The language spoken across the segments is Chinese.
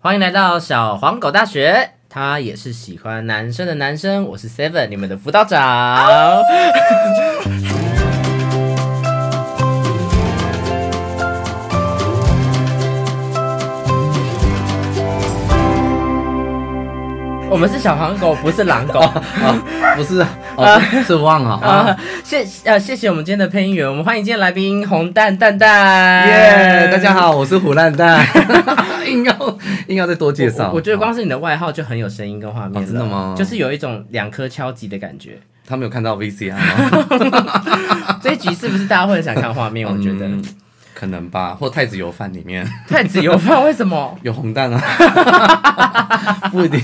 欢迎来到小黄狗大学，他也是喜欢男生的男生，我是 Seven，你们的辅导长。 我们是小黄狗，不是狼 狗。不是，哦、是是忘了啊！啊，谢呃，谢谢我们今天的配音员，我们欢迎今天来宾红蛋蛋蛋。哎耶，大家好，我是胡烂蛋， 硬要硬要再多介绍。我我觉得哦光是你的外号就很有声音跟画面了、哦真的吗就是有一种两颗敲击的感 觉。他们有看到 VCR 吗？这一局是不是大家会很想看画 面？我觉得、嗯可能吧，或太子油饭里面太子油饭为什 么有 红蛋啊，不一定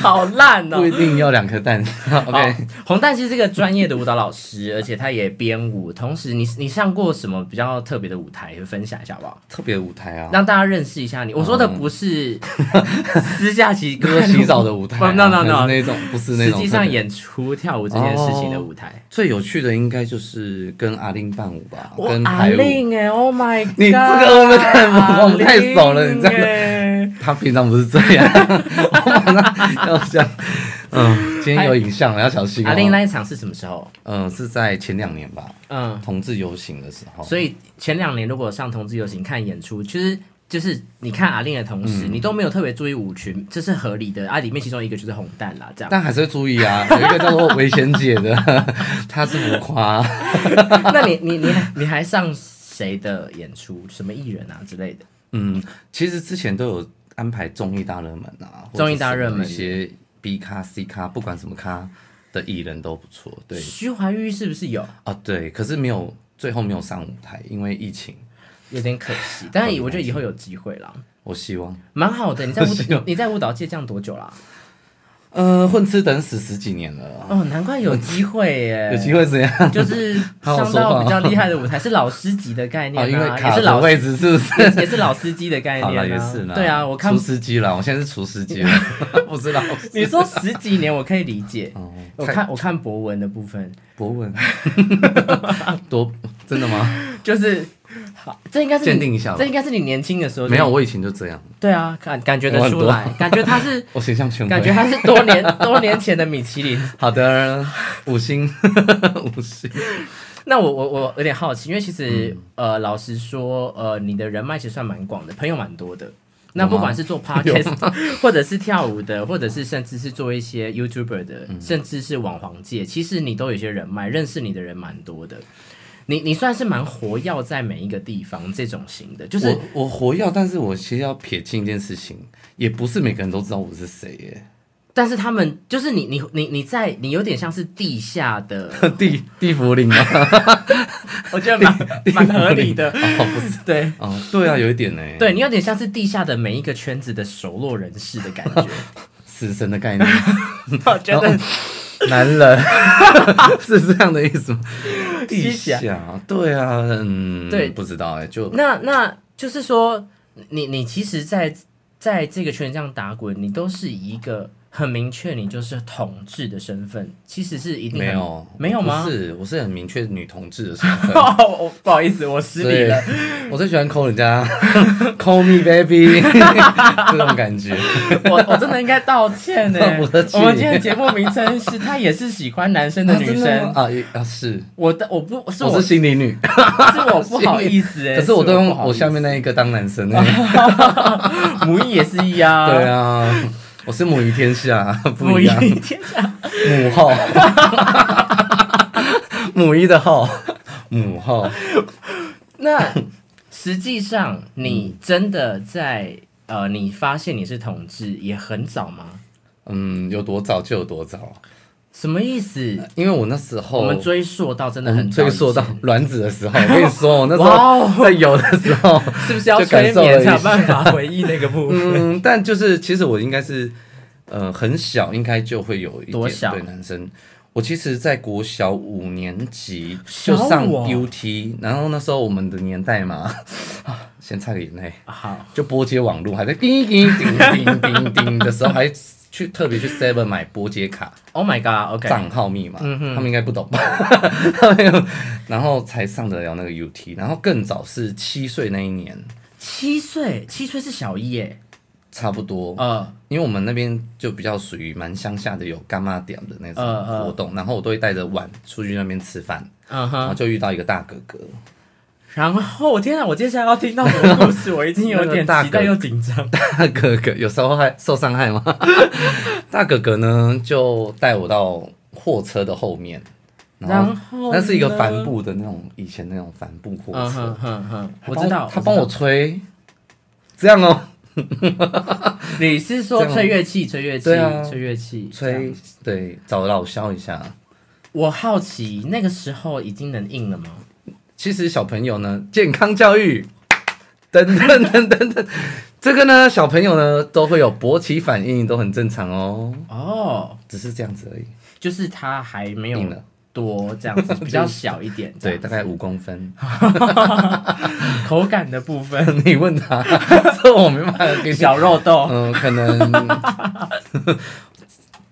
好烂哦、不一定要两颗蛋。OK，好红蛋其实是个专业的舞蹈老师，而且他也编舞。同时你，你上过什么比较特别的舞台，分享一下好不好？特别舞台啊，让大家认识一下你。我说的不是私下其比嗯 如说洗澡的舞台啊 No, no, no, no. 还是那种不是那实种特别。际上演出跳舞这件事情的舞台。最有趣的应该就是跟阿令伴舞吧，哇哦跟阿排舞。欸令哎，Oh my god！你这个会不会太我们太怂了你这样样。他平常不是这样， 我马上要这样。嗯，今天有影像了，要小心、哦。阿啊令那一场是什么时候？嗯，是在前两年吧，嗯，同志游行的时候。所以前两年如果上同志游行看演出，其实就是你看阿令的同嗯时，你都没有特别注意舞群，这是合理的啊。里面其中一个就是红蛋啦，这样。但还是会注意啊， 有一个叫做维贤姐的， 她是浮夸，那你你你你还上谁的演出？什么艺人啊之类的？嗯，其实之前都有安排综艺大热门啊，或者综艺大热门什么一些 B 咖、C 咖，不管什么咖的艺人都不错，对，徐怀钰是不是有？啊对，可是没有最后没有上舞台，因为疫情，有点可惜，但是我觉得以后有机会啦，我希望，蛮好的。你 在舞希望你在舞蹈界这样多久啦？呃，混吃等死十几年了，哦，难怪有机会耶， 有机会怎样？就是上到比较厉害的舞台，是老司机的概念、哦，啊，因为也卡是的老位置是 不是？也是老司机的概好念、啊，了，也是啦。对啊，我看厨师机了，我现在是厨师机了， 不知道。 你说十几年，我可以理解。 哦，我太看我看博文的部分，博文， 多真的吗？就是好，这应该是你鉴定一下吧这应该是你年轻的时候没有，，我以前就这样，对啊，感感觉我得很出多来，感觉他 是我形象全感觉非。他是多年多年前的米其林。好的，五星， 五星。那我我我有点好奇，因为其实、嗯呃，老实说，呃，你的人脉其实算蛮广的，朋友蛮多的。那不管是 做 podcast，或者 是跳舞的，或者是甚至是做一些 YouTuber 的，嗯甚至是网黄界，其实你都有一些人脉，认识你的人蛮多的。你你算是蛮活跃在每一个地方这种型的，就是我我活要，但是我其实要撇清一件事情，也不是每个人都知道我是谁耶。 但是他们就是你你你你在你有点像是地下 的，地地府灵啊， 我觉得蛮蛮合理的，哦不是， 对。哦对啊，有一点呢，对你有点像是地下的每一个圈子的熟络人士的感觉，死神的概念， 我觉得男人 是这样的意思吗？地地下下，对啊，嗯，对不知道哎，就那那就是说，你你其实在，在这个圈这样打滚，你都是以一个很明确，你就是统治的身份，其实是一定很没有没有吗不？是，我是很明确女同志的身份。 哦，我不好意思，我失礼对了。， 我最喜欢抠人家 ，call me baby 这种 感觉。我我真的应该道歉呢 。我的我们今天的节目名称是“他也是喜欢男生的女 啊真的吗生啊也啊是，”，我的我不是我我是心理女，是我不好意思哎。 可是我都用不好意我思下面那一个当男生欸。 母语也是一样。对啊，我是母仪 天下，不母一语样，天下。母后， 母一的后，母后。那 实际上，你真的在呃，你发现你是同志也很早吗？嗯，有多早就有多早，什么意思？因为我那时候我们追溯到真的很早哦嗯追以前溯到卵子 的时候，我跟你说，我那时哇候哦在 有的时候， 是不是要就催感受眠了一才下有办法回忆那个部分？嗯，但就是其实我应该是，呃，很小应该就会有一多点小对男生。我其实，在国小五年级小哦就上我 UT，然后那时候我们的年代嘛， 啊先擦个眼泪， 好，就拨接网络，还在叮叮叮叮叮叮的时候，还去特别去 Seven 买拨接卡 Oh my god，OK，、账号密码，嗯他们应该不懂 吧？他们有然后才上得了那个 UT，然后更早是七岁那一年，七岁，七岁是小一耶，差不多，呃因为我们那边就比较属于蛮乡下的，有干妈点的那嗯种嗯活动，然后我都会带着碗出去那边吃饭，嗯然后哼，就遇到一个大哥哥， 然后天哪，我接下来要听到什么故事？我已经有点 那个大期待哥哦又紧张。大哥哥有受害受伤害吗？ 大哥哥呢就带我到货车的后面，然后然后那是一个呢帆，布的那种以前那种帆布货嗯车哼，哼哼，他我帮知道，他帮知我道，吹，这样哦，你是说这样吹乐器，吹乐器，对啊吹乐器，这样吹。对，找老肖一下。我好奇那个时候已经能硬了吗？其实小朋友呢，健康教育，等等等等等，这个呢，小朋友呢都会有勃起反应，都很正常哦，哦，只是这样子而已。就是它还没硬有了，多这 样子，比较小一点，这对，样大概五公分。 口感的部分，你问 他，这我没办法给你。小肉豆，嗯，可能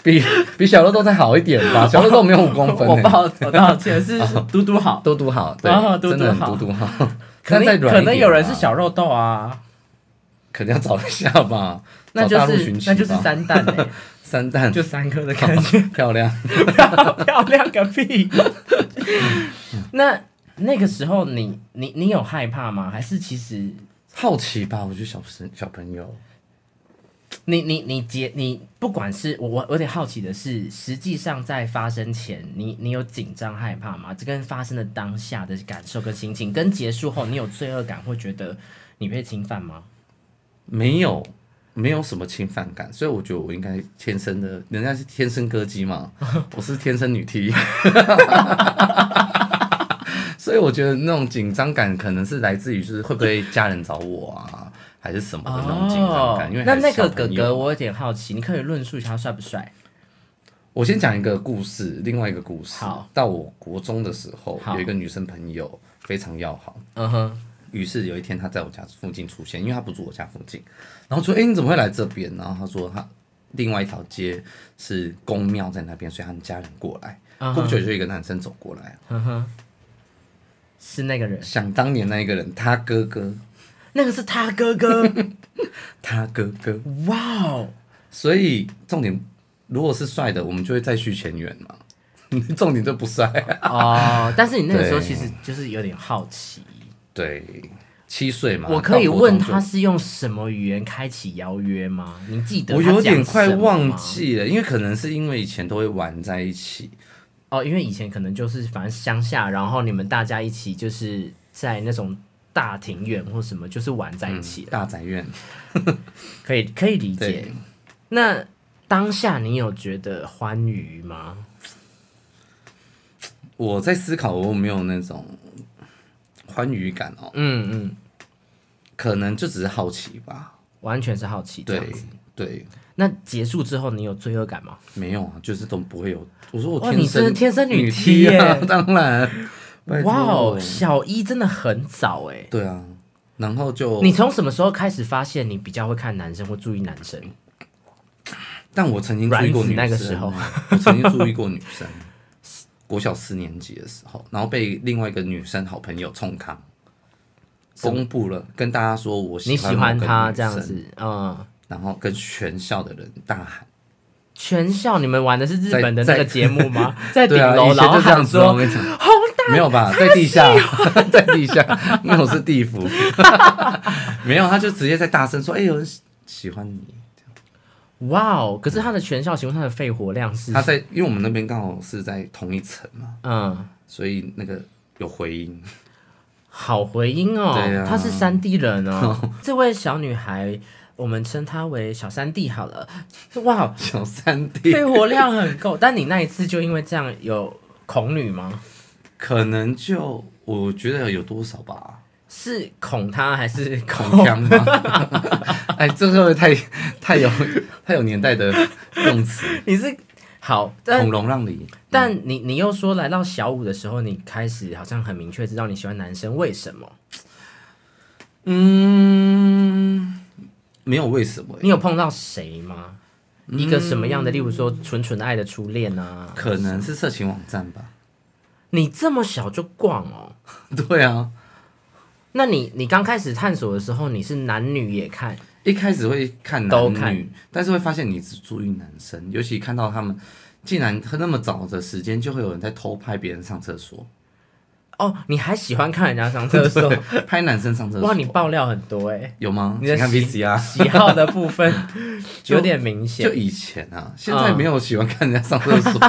比比小肉豆再好一点吧，小肉豆没有五公 分、我欸。哦抱我道歉，是嘟嘟好，嘟嘟好，对，哦嘟嘟真的好很嘟嘟好。可但再能软可一能点有人是吧小肉豆啊，可能要找一下吧， 那就找大陆是寻奇那就是吧三蛋 欸三蛋，就三颗的 感觉，漂亮。漂亮个屁！嗯那那个时候你你你有害怕吗？还是其实好奇吧，我觉得小朋小朋友，你你你结你不管是我我我有点好奇的是，实际上在发生前，你你有紧张害怕吗？这跟发生的当下的感受跟心情，跟结束后你有罪恶感，会觉得你被侵犯吗？没有没有什么侵犯感，所以我觉得我应该天生的，人家是天生歌 姬嘛，我是天生女 T，所以我觉得那种紧张感可能是来自于就是会不会家人找我啊，还是什么的那种紧张感，因为哦那还是那小个哥朋友哥，我有点好奇，你可以论述一下他帅不帅？我先讲一个故事，另外一个故事。好，到我国中的时候，好有一个女生朋友非常要好，嗯哼，于是有一天她在我家附近出现，因为她不住我家附近，然后说：“哎、你怎么会来这边？”然后她说她另外一条街是公庙在那边，所以她们家人过来。嗯过不哼，久就有一个男生走过来，啊嗯哼，是那个人，想当年那一个人，他哥哥，那个是他哥 哥。他哥哥。哇哦，所以重点，如果是帅的，我们就会再续前缘嘛。 重点就不帅、哦，但是你那个时候对其实就是有点好奇。对，七岁嘛。我可以到国中问就他是用什么语言开启邀约吗？你记得我他有讲点快什么忘吗记了，因为可能是因为以前都会玩在一起，哦，因为以前可能就是反正乡下，然后你们大家一起就是在那种大庭院或什么，就是玩在一起了，大宅院。可以可以理解嗯对。，那当下你有觉得欢愉吗？我在思考我有没有那种欢愉感哦，嗯嗯，可能就只是好奇吧。完全是好奇这样对子。对，那结束之后，你有罪恶感吗？没有啊，就是都不会有。我说我哇天你真的生天生女女 T 耶啊， 当然。拜托哇哦，小一真的很早哎、对啊，然后就你从什么时候开始发现你比较会看男生，会注意男生？但我曾经注意过卵子女生，那个时候 我曾经注意过女生，国小四年级的时候，然后被另外一个女生好朋友冲康，公布了跟大家说我你喜喜欢某个他女这样生，子，嗯，然后跟全校的人大喊，全校你们玩的是日本的那在个在节目吗？ 在顶对啊，楼，以前然后就这样喊子哦，说我跟你讲，红没有吧，在地下， 在地下，那我是地府， 没有，他就直接在大声说，哎、有人喜欢你。哇哦！可是他的全校，请问他的肺活量是他？在，因为我们那边刚好是在同一层嘛，嗯，所以那个有回音。好回音哦对，啊他是山地人 哦。这位小女孩，我们称她为小山地好了。哇，小三 D 肺活量很 够，但你那一次就因为这样有恐女吗？可能就我觉得有多少吧，是恐她还是恐很强吗？ 哎，这个会不会太太有太有年代的 用词， 你是好，但孔融让梨。但你你又说来到小五的时候，你开始好像很明确知道你喜欢男生，为什么？嗯，没有为什么、你有碰到谁吗？一个什么样的？例如说嗯纯纯爱的初恋啊？可能是色情网站吧。你这么小就逛哦？对啊，那你你刚开始探索的时候，你是男女也看，一开始会看都男看女，但是会发现你只注意男生，尤其看到他们竟然那么早的时间就会有人在偷拍别人上厕所，哦，你还喜欢看人家上厕所？拍男生上厕所。哇，你爆料很多哎、有吗？你的请看喜 VCR。喜好的部分有点明 就显。以前啊，现在嗯没有喜欢看人家上厕 所，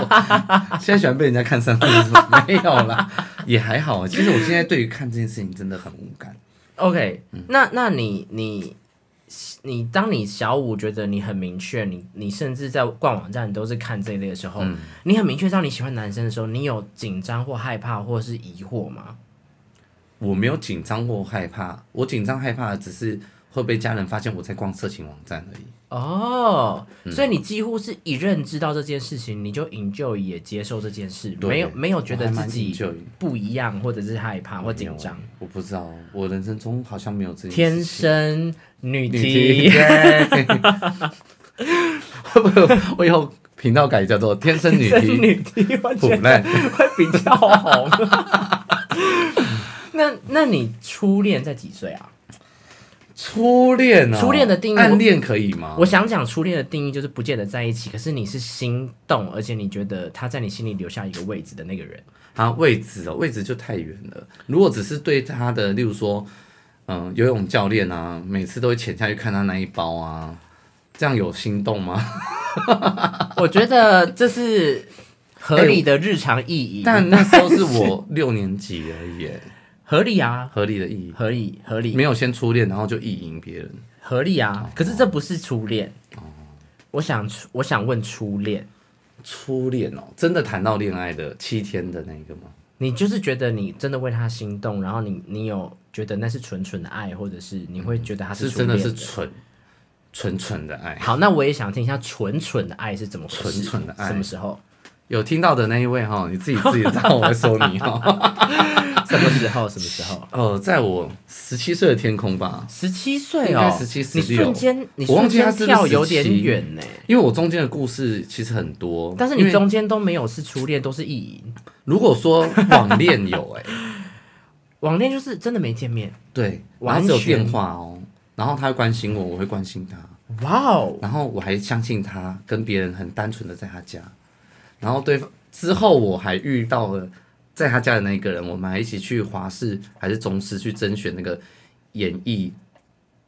现在喜欢被人家看上厕所，没有啦，也还好啊。其实我现在对于看这件事情真的很无感。 OK，、那嗯那你你你，当你小五觉得你很明确，你你甚至在逛网站你都是看这一类的时候，嗯你很明确知道你喜欢男生的时候，你有紧张或害怕或是疑惑吗？我没有紧张或害怕，我紧张害怕的只是会被家人发现我在逛色情网站而已。哦，所嗯以你几乎是一认知到这件事情，你就 enjoy 也接受这件事，对没有没有觉得我还自蛮己 enjoy 不一样，或者是害怕或紧张没。有，我不知道，我人生中好像没有这件天事情生女 女题，对 会不会我以后频道改叫做“天生女这是题女题，我”？腐觉得烂会比较红。 那那你初恋在几岁啊？初恋哦，初恋的定义暗恋可以吗？我想讲初恋的定义就是不见得在一起，可是你是心动，而且你觉得他在你心里留下一个位置的那个人。啊，位置哦，位置就太远了。如果只是对他的，例如说，嗯、游泳教练啊，每次都会潜下去看他那一包啊，这样有心动 吗？我觉得这是合理的日常意义，但那时候是我六年级而已耶，合理啊，合理的意义合理合理没有先初恋，然后就意淫别人。合理啊。可是这不是初恋。我想出，我想问初恋，初恋哦，真的谈到恋爱的七天的那个吗？你就是觉得你真的为他心动，然后你你有觉得那是纯纯的爱，或者是你会觉得他嗯是初恋真的是纯纯纯的爱。好，那我也想听一下纯纯的爱是怎么回事？纯纯的爱什么时候？有听到的那一位哈、你自己自己知道我在说你哈、 哦。什么时 候？什么时候？呃，在我十七岁的天空吧，十七岁应哦该，17 16你瞬间，你我瞬忘记间他是不是跳有点17远呢。因为我中间的故事其实很多，但是因你为中间都没有是初恋，都是意淫。如果说网恋有 哎、欸网恋就是真的没见面。对，然完后全只有电话哦，然后他会关心我，我会关心他，哇哦，然后我还相信他跟别人很单纯的在他家，然后对方之后我还遇到了在他家的那一个人，我们还一起去华视还是中视去甄选那个演艺，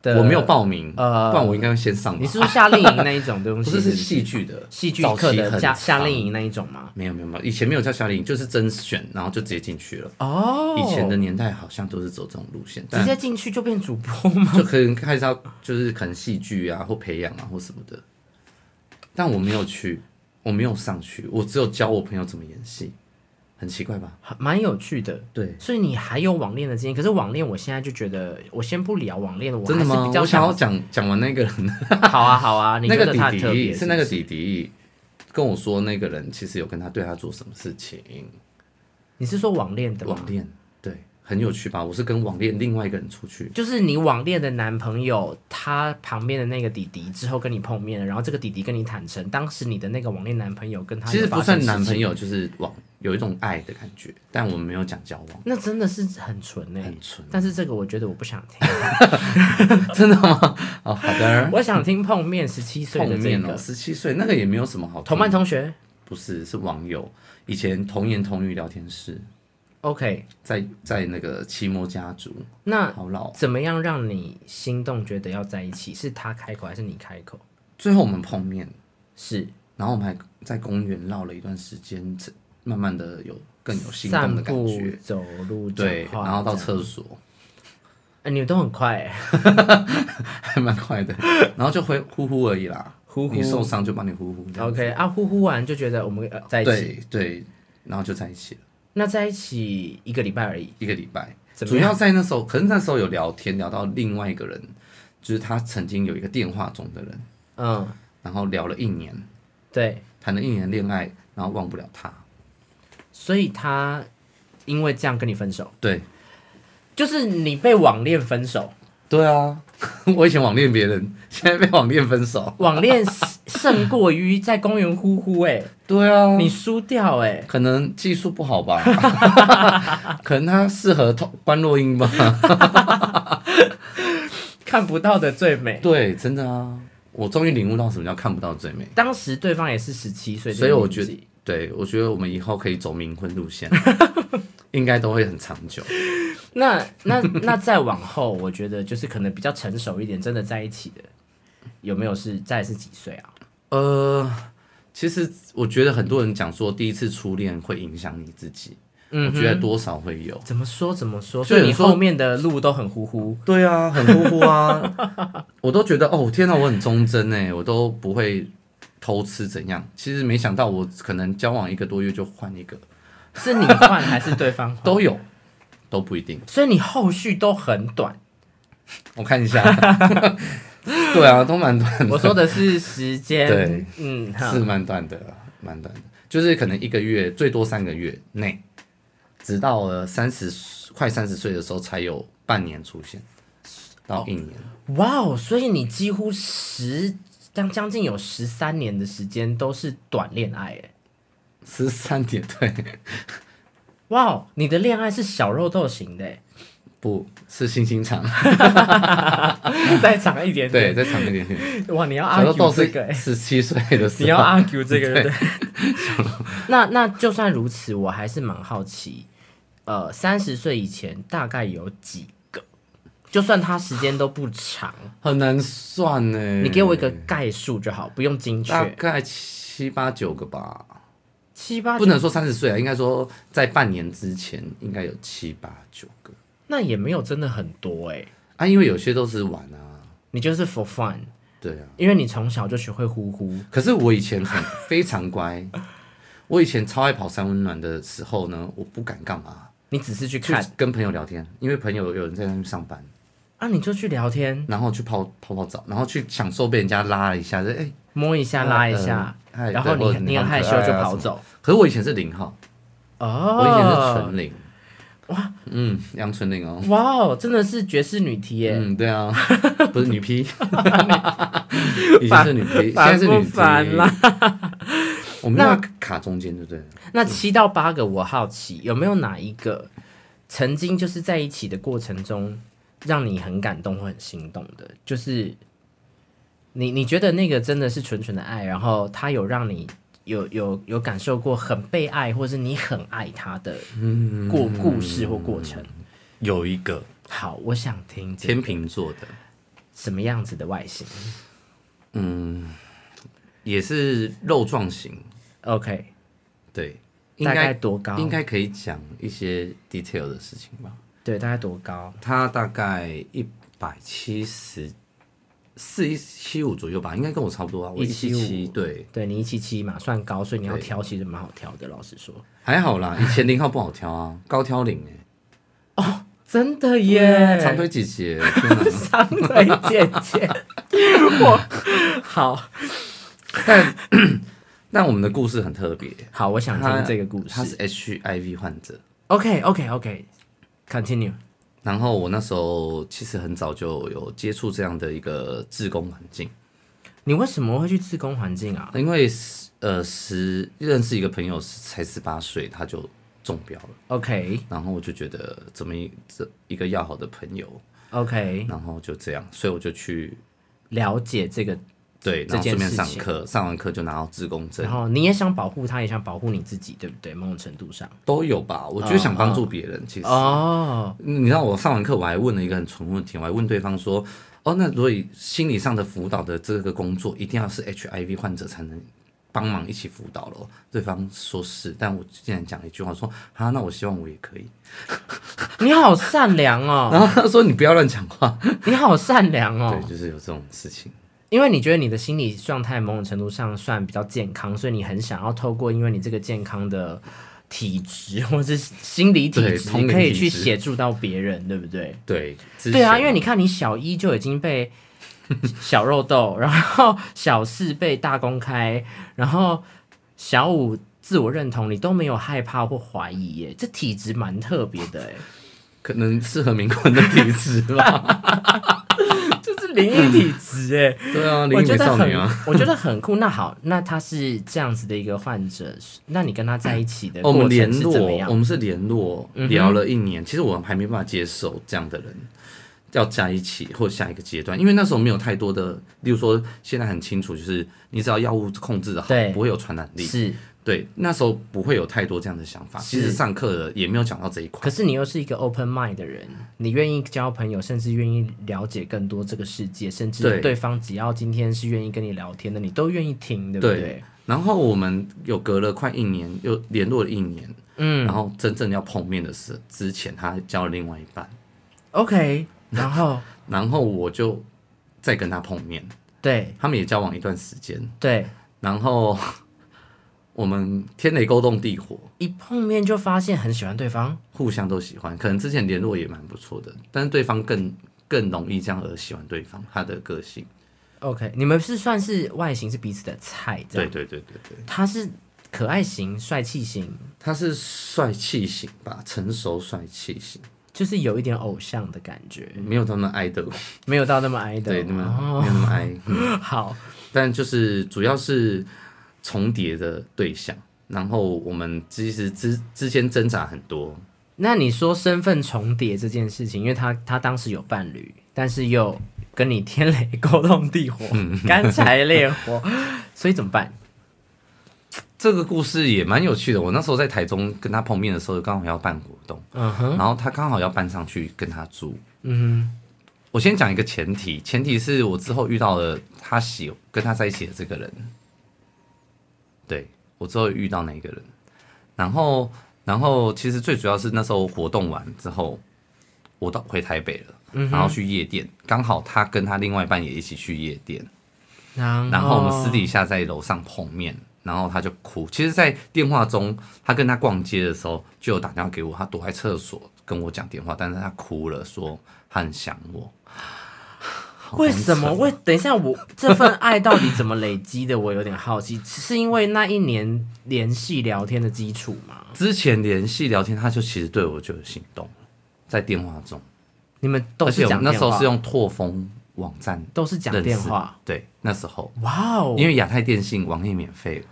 的我没有，报名，呃不然我应该会先上吧。你是不是夏令营那一种东不西？是是 不戏剧的戏剧早课期的很夏夏长令营那一种吗？没有没有没有，以前没有叫夏令营，就是甄选，然后就直接进去了。哦，以前的年代好像都是走这种路线，直但接进去就变主播吗？ 就可能开始要就是可能戏剧啊或培养啊或什么的。但我没有去，我没有上去，我只有教我朋友怎么演戏，很奇怪吧？蛮有趣的。对，所以你还有网恋的经验，可是网恋我现在就觉得，我先不聊网恋了，我真还的是吗？比较我想要讲讲完那个人， 好啊好 啊，你那觉个得他弟很特别弟是那不个弟弟跟我说，那个人其实有跟他对他做什么事情，你是说网恋的吗网？恋，对，很有趣吧？我是跟网恋另外一个人出去，就是你网恋的男朋友，他旁边的那个弟弟之后跟你碰面了，然后这个弟弟跟你坦诚，当时你的那个网恋男朋友跟他其实有发不生算男事情朋，友，就是网有一种爱的感觉，但我们没有讲交往，那真的是很纯哎、很纯。但是这个我觉得我不想听，哦，好的。我想听碰面十七岁碰的这面哦，个十七岁那个也没有什么好听同班同学。不是是网友，以前童言童语聊天室， OK，在在那个奇摩家族，那好老。怎么样让你心动，觉得要在一起？是他开口还是你开口？最后我们碰面，是然后我们还在公园绕了一段时间，这慢慢的有更有心动散的感步觉。、走路、讲对，话然后到这样厕所哎你们都很快哎、 还蛮快的，然后就会呼呼而已啦，呼呼你受伤就帮你呼呼这样。 OK 啊，呼呼完就觉得我们呃在一起，嗯对对，然后就在一起了那在一起一个礼拜而已。一个礼拜。怎么主要在那时候，可是那时候有聊天聊到另外一个人，就是他曾经有一个电话中的人，嗯，然后聊了一年，对，谈了一年恋爱，然后忘不了他。所以他因为这样跟你分手，对就是你被网恋分手，对啊， 我以前网恋别人，现在被网恋分手。网恋 胜过于在公园呼呼哎、 对啊，你输掉哎、可能技术不好 吧，可能他适合偷关落音吧。看不到的最美。 对，真的啊，我终于领悟到什么叫看不到最美。当时对方也是十七岁，所以我觉得，对我觉得我们以后可以走冥婚路 线，应该都会很长久。那那 那再往后，我觉得就是可能比较成熟一点，真的在一起的，有没有是在是几岁啊？呃，其实我觉得很多人讲说，第一次初恋会影响你自己，嗯我觉得多少会有。怎么说怎么说？就所以你有时候后面的路都很糊糊。对啊，很呼呼啊， 我都觉得哦，天哪，我很忠贞哎，我都不会偷吃怎样。其实没想到我可能交往一个多月就换一个，是你换还是对 方换？都有，都不一定。所以你后续都很短。我看一 下，对啊，都蛮短的，我说的是时间对， 嗯，哈是蛮短的，蛮短的，就是可能一个月最多三个月内，直到了三十快三十岁的时候才有半年出现，到一年。哇哦！所以你几乎十将将近有十三年的时间都是短恋爱，哎，十三点对，哇哦！你的恋爱是小肉豆型的耶，不是星 星长，再长一点对，点，再长一点点。哇！你要小豆 argue 豆这个， 是哎十七岁的时 候，你要啊 argue 这个，对不对？ 那那就算如此，我还是蛮好奇，呃，三十岁以前大概有几个？就算他时间都不长，很难算呢。你给我一个概数就好，不用精大确，概七八九个吧，啊七八不九，能说三十岁啊，应该说在半年之前应该有七八九个那也没有真的很多哎、啊，因为有些都是玩啊，你就是 for fun。对啊。因为你从小就学会呼呼，可是我以前很非常乖，我以前超爱跑三温暖的时候呢，我不敢干嘛，你只是去去看跟朋友聊天，因为朋友有人在那边上班，啊，你就去聊天，然后去泡泡泡澡，然后去享受被人家拉一下，就哎、摸一下拉一下，嗯哎然后对你或者你很很害羞可爱啊就什么跑走。可是我以前是零号，哦，我以前是纯零。哇，嗯，杨纯零哦。哇哦，真的是爵士女 T 耶，嗯，对 啊，不是女 P，以前是女 P，现烦在是女不烦 P 啦。我们要卡中间，对不对？那七到八个，我好奇有没有哪一个曾经就是在一起的过程中，让你很感动或很心动的？就是你你觉得那个真的是纯纯的爱，然后他有让你有有有感受过很被爱，或是你很爱他的过故事或过程？嗯有一个好，我想听这天秤座的，什么样子的外形也是肉状型， ？OK，对，应大概该多高？应该可以讲一些 detail 的事情吧。对，大概多高？他大概一百七十四一七五左右吧，应该跟我差不多啊，我一七七， 175对，对你一七七嘛，算高，所以你要对挑其实蛮好挑的。老实说，还好啦，以前零号不好挑啊， 高挑零哎、真的耶耶，，长腿姐姐，天哪长腿姐姐，我好 但我们的故事很特别，好，我想他听这个故他是事。 HIV 患者。 OK OK OK。Continue，然后我那时候其实很早就有接触这样的一个志工环境，你为什么会去自工环境啊？因为十呃十认识一个朋友是才十八岁他就中标了， ？OK 然后我就觉得怎么一这一个要好的朋友， OK，然后就这样，所以我就去了解这个，对，这然后件顺便事上情嗯课，上完课就拿到志工证然，后你也想保护他，也想保护你自己，对不对？某种程度上，都有吧？我就想帮助别人，其嗯实。哦，你知道我上完课，我还问了一个很蠢的问题，我还问对方说：“哦，那所以心理上的辅导的这个工作，一定要是 HIV 患者才能帮忙一起辅导咯。对方说是，但我竟然讲了一句话说：“啊，那我希望我也可以。你好善良哦，然后他 说：“你不要乱讲话。你好善良哦 对，，就是有这种事情。因为你觉得你的心理状态某种程度上算比较健康，所以你很想要透过因为你这个健康的体质或者是心理体对质，通灵可以去体质协助到别人，对不对？对，之对啊，前因为你看你小一就已经被小肉豆，然后小四被大公开，然后小五自我认同，你都没有害怕或怀疑耶，这体质蛮特别的 哎，可能适合民官的体质 吧。就是灵异体质哎。对啊，我灵觉媒得少很女啊。，我觉得很酷。那好，那他是这样子的一个患者，那你跟他在一起的哦我过程们联是络怎么，样？嗯我们是联络，聊了一年。其实我还没办法接受这样的人，要在一起或下一个阶段，因为那时候没有太多的，例如说现在很清楚，就是你只要药物控制的好对，不会有传染力。是，对，那时候不会有太多这样的想法。是其实上课的也没有讲到这一块。可是你又是一个 open mind 的人，你愿意交朋友，甚至愿意了解更多这个世界，甚至对对方只要今天是愿意跟你聊天的，你都愿意听，对不对对？然后我们有隔了快一年，又联络了一年，嗯然后真正要碰面的时之前，他交了另外一半， ，OK，然后然后我就再跟他碰面，对他们也交往一段时间，对，然后 我们天雷勾动地火，一碰面就发现很喜欢对方，互相都喜欢，可能之前联络也蛮不错的，但是对方更更容易这样而喜欢对方，他的个性， OK，你们是算是外形是彼此的菜，这对样。对对对对，他是可爱型、帅气型，他是帅气型吧，成熟帅气型，就是有一点偶像的感觉，没有那么爱的，没有到那么 idol。对，那么、嗯哦没有那么爱， 好，但就是主要是重叠的对象，然后我们其实之之间挣扎很多，那你说身份重叠这件事情，因为他他当时有伴侣，但是又跟你天雷勾动地火，嗯 干柴烈火，所以怎么办？这个故事也蛮有趣的。我那时候在台中跟他碰面的时候，刚好要办活动，嗯哼，然后他刚好要搬上去跟他住。嗯我先讲一个前提，前提是我之后遇到了他喜跟他在一起的这个人，对我之后遇到那一个人，然后然后其实最主要是那时候活动完之后，我到回台北了，嗯然后去夜店，刚好他跟他另外一半也一起去夜店，哼，然后然后我们哦私底下在楼上碰面，然后他就哭。其实，在电话中，他跟他逛街的时候就有打电话给我，他躲在厕所跟我讲电话，但是他哭了，说他很想我。好为什么？难啊为等一下，我这份爱到底怎么累积的？我有点好奇， 是因为那一年联系聊天的基础吗？扯？之前联系聊天，他就其实对我就有心动了，在电话中，你们都而是且我讲们那时候电是话用拓风网站都是讲认电识话，，对，那时候哇哦！因为亚太电信网页免费，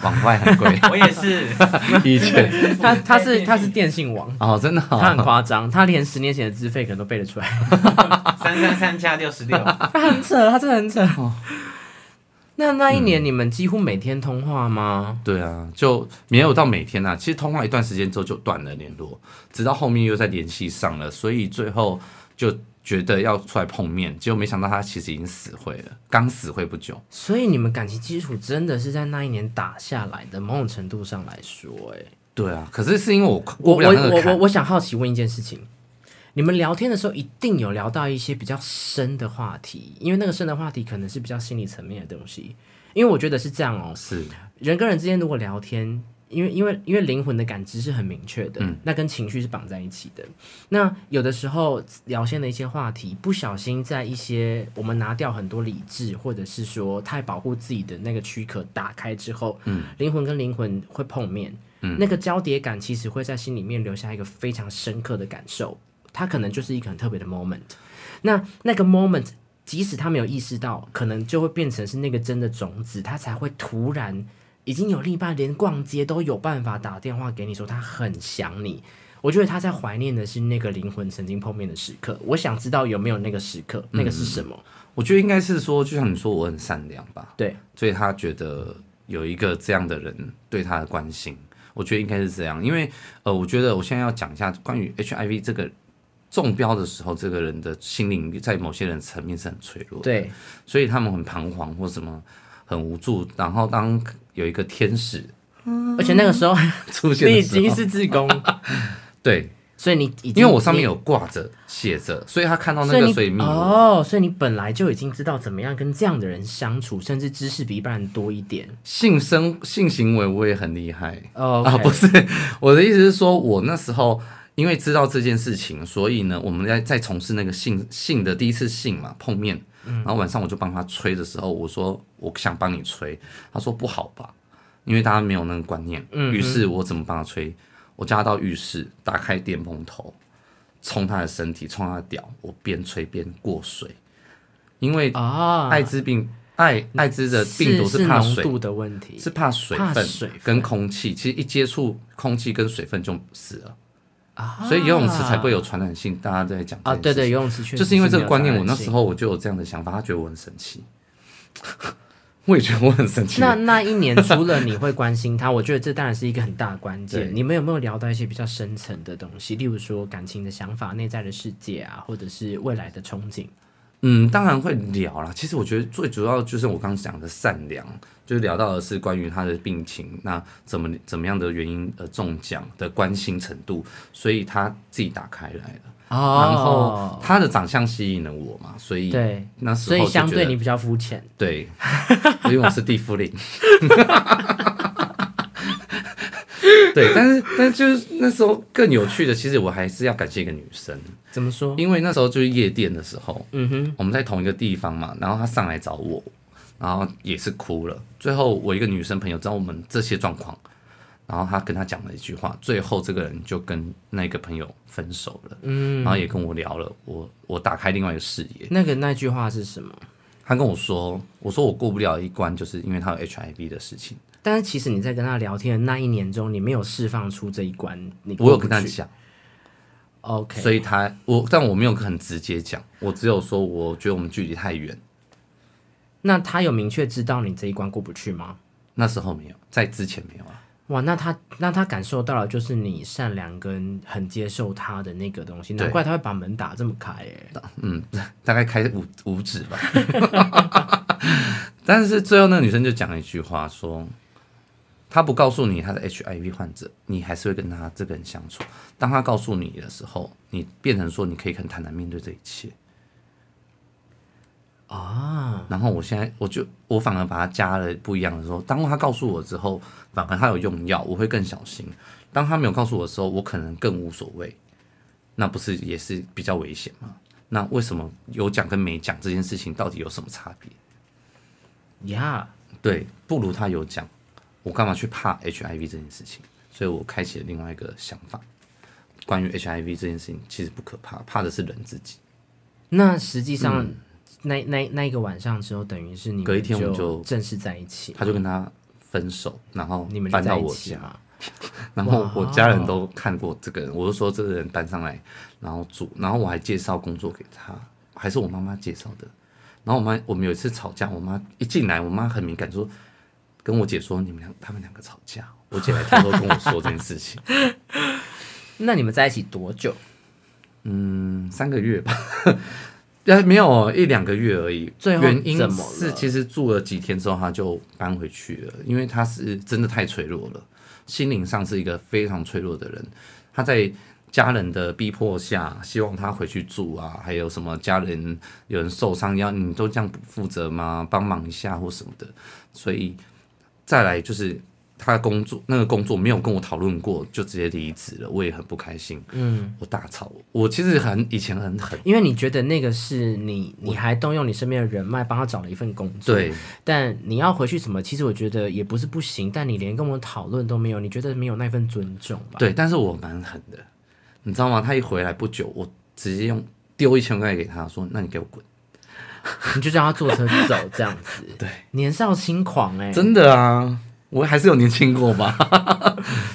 往外 很贵，我也是，以前他他是他是电信王， 哦，真的、哦，他很夸张，他连十年前的资费可能都背得出来，三三三加六十六，他很扯，他真的很扯。那那一年你们几乎每天通话吗？对啊，就没有到每天啊。其实通话一段时间之后就断了联络，直到后面又再联系上了，所以最后就觉得要出来碰面，结果没想到他其实已经死会了，刚死会不久。所以你们感情基础真的是在那一年打下来的，某种程度上来说、哎，对啊，可是是因为我我过不我了那个我我坎，我想好奇问一件事情，你们聊天的时候一定有聊到一些比较深的话题，因为那个深的话题可能是比较心理层面的东西。因为我觉得是这样哦、啊是人跟人之间如果聊天，因为因为因为灵魂的感知是很明确的，那跟情绪是绑在一起的。那有的时候聊天的一些话题，不小心在一些我们拿掉很多理智，或者是说太保护自己的那个躯壳打开之后，灵魂跟灵魂会碰面，那个交叠感其实会在心里面留下一个非常深刻的感受。它可能就是一个很特别的 moment。那那个 moment，即使他没有意识到，可能就会变成是那个真的种子，他才会突然已经有另一半，连逛街都有办法打电话给你说他很想你。我觉得他在怀念的是那个灵魂曾经碰面的时刻。我想知道有没有那个时刻，嗯那个是什么？我觉得应该是说，就像你说，我很善良吧，对，所以他觉得有一个这样的人对他的关心，我觉得应该是这样。因为呃，我觉得我现在要讲一下关于 HIV 这个中标的时候，这个人的心灵在某些人层面是很脆弱的。对，所以他们很彷徨或什么很无助。然后当有一个天使而且那个时 候出现你的已时经候，是自 宫，对，所以你已经因为我上面有有挂着写着，所以他看到那所以个你水蜜，哦，所以你本来就已经知道怎么样跟这样的人相处，甚至知识比一般人多一点。性生性行为我也很厉害哦、啊，不是我的意思是说，我那时候。因为知道这件事情，所以呢，我们在在从事那个性性的第一次性嘛碰面，嗯然后晚上我就帮他吹的时候，我说我想帮你吹，他说不好吧，因为大家没有那个观念。嗯于是我怎么帮他吹？我叫他到浴室，打开电风头，冲他的身体，冲他的屌，我边吹边过水，因为啊，艾滋病、艾艾滋的病毒是怕浓水度的问题，是怕水怕分水分跟空气，其实一接触空气跟水分就死了。啊所以游泳池才不会有传染性。大家都在讲这啊，件对事对，情，游泳池确实就是因为这个观念，我那时候。候我就有这样的想法，他觉得我很神奇， 我也觉得我很神奇。那那一 年，除了你会关心他，我觉得这当然是一个很大的关键对。你们有没有聊到一些比较深层的东西，例如说感情的想法、内在的世界啊，或者是未来的憧憬？嗯，当然会聊啦。其实我觉得最主要就是我刚刚讲的善良，就是聊到的是关于他的病情，那怎么怎么样的原因呃中奖的关心程度，所以他自己打开来了。然后他的长相吸引了我嘛，所以哦对，那时所候以就觉相对得你比较肤浅。对， 因为我是地夫林。 对，但是但就是那时候更有趣的，其实我还是要感谢一个女生，怎么说？因为那时候就是夜店的时候，嗯哼，我们在同一个地方嘛，然后她上来找我，然后也是哭了。最后我一个女生朋友知道我们这些状况，然后她跟她讲了一句话，最后这个人就跟那个朋友分手了，嗯，然后也跟我聊了，我我打开另外一个视野，那个那句话是什么？他跟我说，我说我过不了一关，就是因为他有 HIV 的事情。但是其实你在跟他聊天的那一年中，你没有释放出这一关，你我过有不跟他去讲， OK，所以他我但我没有很直接讲，我只有说我觉得我们距离太远。那他有明确知道你这一关过不去吗？那时候没有，在之前没有啊。哇，那他那他感受到了，就是你善良跟很接受他的那个东西，对难怪他会把门打这么开欸诶、嗯，大概开五五指吧。 但是最后那个女生就讲了一句话说，她不告诉你她是 HIV 患者，你还是会跟她这个人相处。当她告诉你的时候，你变成说你可以很坦然面对这一切。啊，然后我现在我就我反而把它加了不一样的说，当他告诉我之后，反而他有用药，我会更小心；当他没有告诉我的时候，我可能更无所谓。那不是也是比较危险吗？那为什么有讲跟没讲这件事情到底有什么差别？呀、对，不如他有讲，我干嘛去怕 HIV 这件事情？所以我开启了另外一个想法，关于 HIV 这件事情其实不可怕，怕的是人自己。那实际上、那那那一个晚上之后，等于是你们嗯隔一天我们就正式在一起，他就跟他分手，然后你们就搬到在一我起啊家。嘛？然后我家人都看过这个人，我就说这个人搬上来，然后住，然后我还介绍工作给他，还是我妈妈介绍的。然后我妈，我们有一次吵架，我妈一进来，我妈很敏感说，跟我姐说你们两他们两个吵架，我姐来偷偷跟我说这件事情，那你们在一起多久？嗯，三个月吧， 呃，没有一两个月而已。最后原因怎么是了其实住了几天之后他就搬回去了，因为他是真的太脆弱了，心灵上是一个非常脆弱的人。他在家人的逼迫下，希望他回去住啊，还有什么家人有人受伤要你都这样不负责吗？帮忙一下或什么的。所以再来就是他的工作那个工作没有跟我讨论过，就直接离职了，我也很不开心。嗯，我大吵，我其实很以前很狠，因为你觉得那个是你，你还动用你身边的人脉帮他找了一份工作，对。但你要回去什么？其实我觉得也不是不行，但你连跟我讨论都没有，你觉得没有那份尊重吧？对，但是我蛮狠的，你知道吗？他一回来不久，我直接用丢一千块给他，说：“那你给我滚你就叫他坐车走这样子。 对，年少轻狂哎、！”真的啊，我还是有年轻过吧，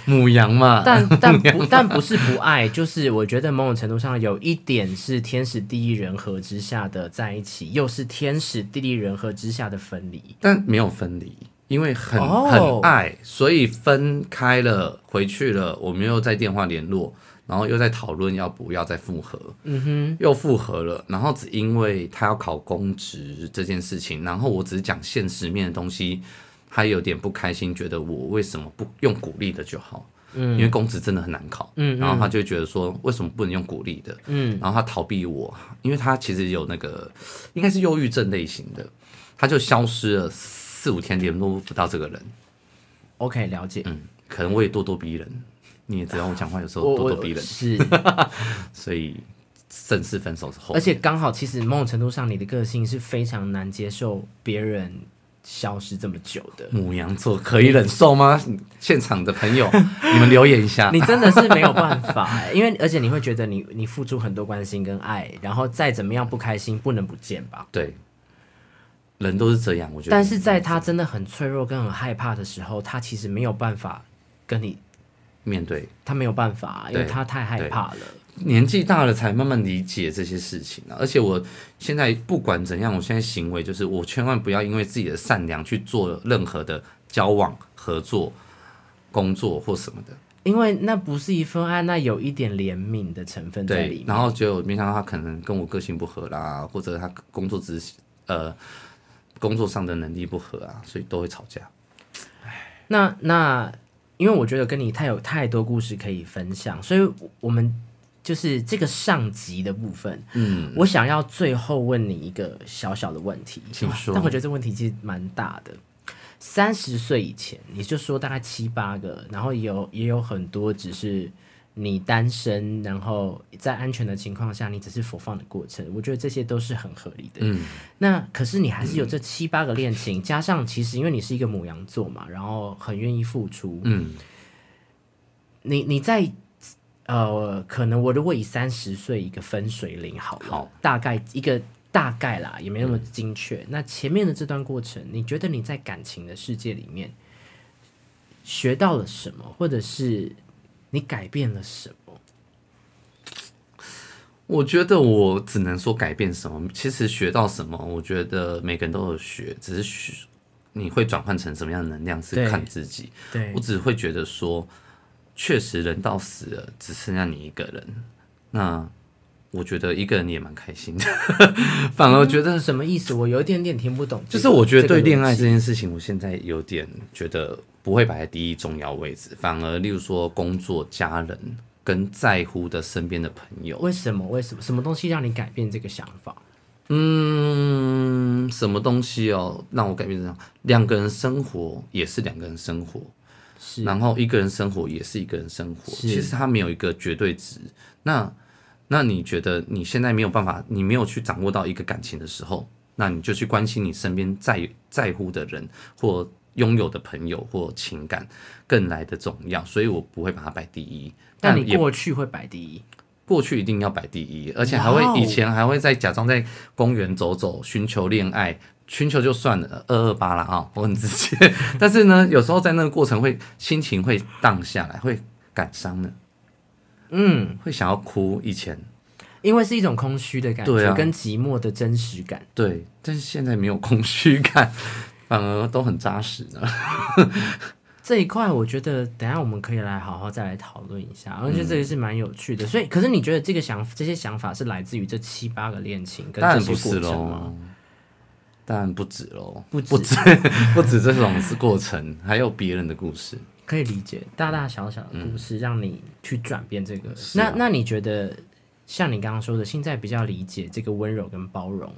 母羊嘛。 但但不但不是不爱，就是我觉得某种程度上有一点是天时地利人和之下的在一起，又是天时地利人和之下的分离。但没有分离，因为很、哦很爱，所以分开了，回去了，我们又在电话联络，然后又在讨论要不要再复合，嗯哼，又复合了，然后只因为他要考公职这件事情，然后我只讲现实面的东西，他有点不开心，觉得我为什么不用鼓励的就好。嗯，因为公职真的很难考，嗯，然后他就会觉得说，为什么不能用鼓励的？嗯，然后他逃避我，因为他其实有那个应该是忧郁症类型的，他就消失了四五天，联络不到这个人。 OK，了解。嗯，可能我也咄咄逼人，你也知道我讲话有时候我咄我咄逼人， 是，所以正式分手之后，而且刚好其实某种程度上，你的个性是非常难接受别人消失这么久的。母羊座可以忍受吗？现场的朋友，你们留言一下。 你真的是没有办法、欸，因为而且你会觉得你你付出很多关心跟爱，然后再怎么样不开心不能不见吧。对，人都是这样，我觉得。但是在他真的很脆弱跟很害怕的时候，他其实没有办法跟你面对。他没有办法，因为对他太害对怕了。年纪大了才慢慢理解这些事情啊，而且我现在不管怎样，我现在行为就是我千万不要因为自己的善良去做任何的交往、合作、工作或什么的。因为那不是一份爱，那有一点怜悯的成分在里对，面。然后结果没想到他可能跟我个性不合啦，或者他工作执行呃工作上的能力不合啊，所以都会吵架。那那，因为我觉得跟你太有太多故事可以分享，所以我们就是这个上集的部分，嗯，我想要最后问你一个小小的问题，请说但我觉得这问题其实蛮大的。三十岁以前，你就说大概七八个，然后有也有很多只是你单身，然后在安全的情况下，你只是佛放的过程。我觉得这些都是很合理的。那可是你还嗯是有这七八个恋情，加上其实因为你是一个母羊座嘛，然后很愿意付出，嗯，你你在呃，可能我如果以三十岁一个分水岭好了，好大概一个大概啦，也没那么精确。那前面的这段过程，你觉得你在感情的世界里面学到了什么，或者是你改变了什么？我觉得我只能说改变什么，其实学到什么，我觉得每个人都有学，只是学你会转换成什么样的能量是对看自己。对我，只会觉得说，确实人到死了，只剩下你一个人。那我觉得一个人也蛮开心的， 反而觉得什么意思？我有一点点听不懂这个。就是我觉得对恋爱这个逻这辑件事情，我现在有点觉得不会摆在第一重要位置，反而例如说工作、家人跟在乎的身边的朋友，为什么？为什么？什么东西让你改变这个想法？嗯，什么东西哦，让我改变这样，两个人生活也是两个人生活，是然后一个人生活也是一个人生活，是其实它没有一个绝对值。那那你觉得你现在没有办法，你没有去掌握到一个感情的时候，那你就去关心你身边在在乎的人或拥有的朋友或情感更来的重要，所以我不会把它摆第一，但你也过去会摆第一，过去一定要摆第一，而且还会哇哦以前还会在假装在公园走走，寻求恋爱，寻求就算了，二二八了啊，我很 直接。但是呢，有时候在那个过程会心情会荡下来，会感伤的，嗯，会想要哭。以前因为是一种空虚的感对觉、啊跟寂寞的真实感。对，但是现在没有空虚感， 反而都很扎实呢。这一块，我觉得等一下我们可以来好好再来讨论一下，我觉得嗯这个是蛮有趣的。所以，可是你觉得这个想这些想法是来自于这七八个恋情跟当这然些不是过程吗？喽，当然不止喽，不不止止不止这种是过程，还有别人的故事。可以理解，大大小小的故事让你去转变这个。嗯是那啊那你觉得，像你刚刚说的，现在比较理解这个温柔跟包容，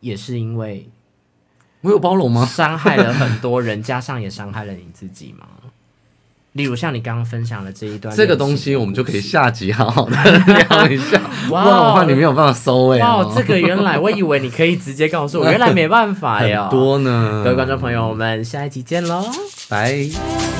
也是因为我有包容吗？伤害了很多人，加上也伤害了你自己吗？例如像你刚刚分享的这一段这个恋情东西我们就可以下集好好的聊一 下，不哇然的话你没有办法收尾哇哦、哦，这个原来我以为你可以直接告诉哎我，原来没办法呀 很。多各位呢，观众朋友，我们下一集见喽。拜。 「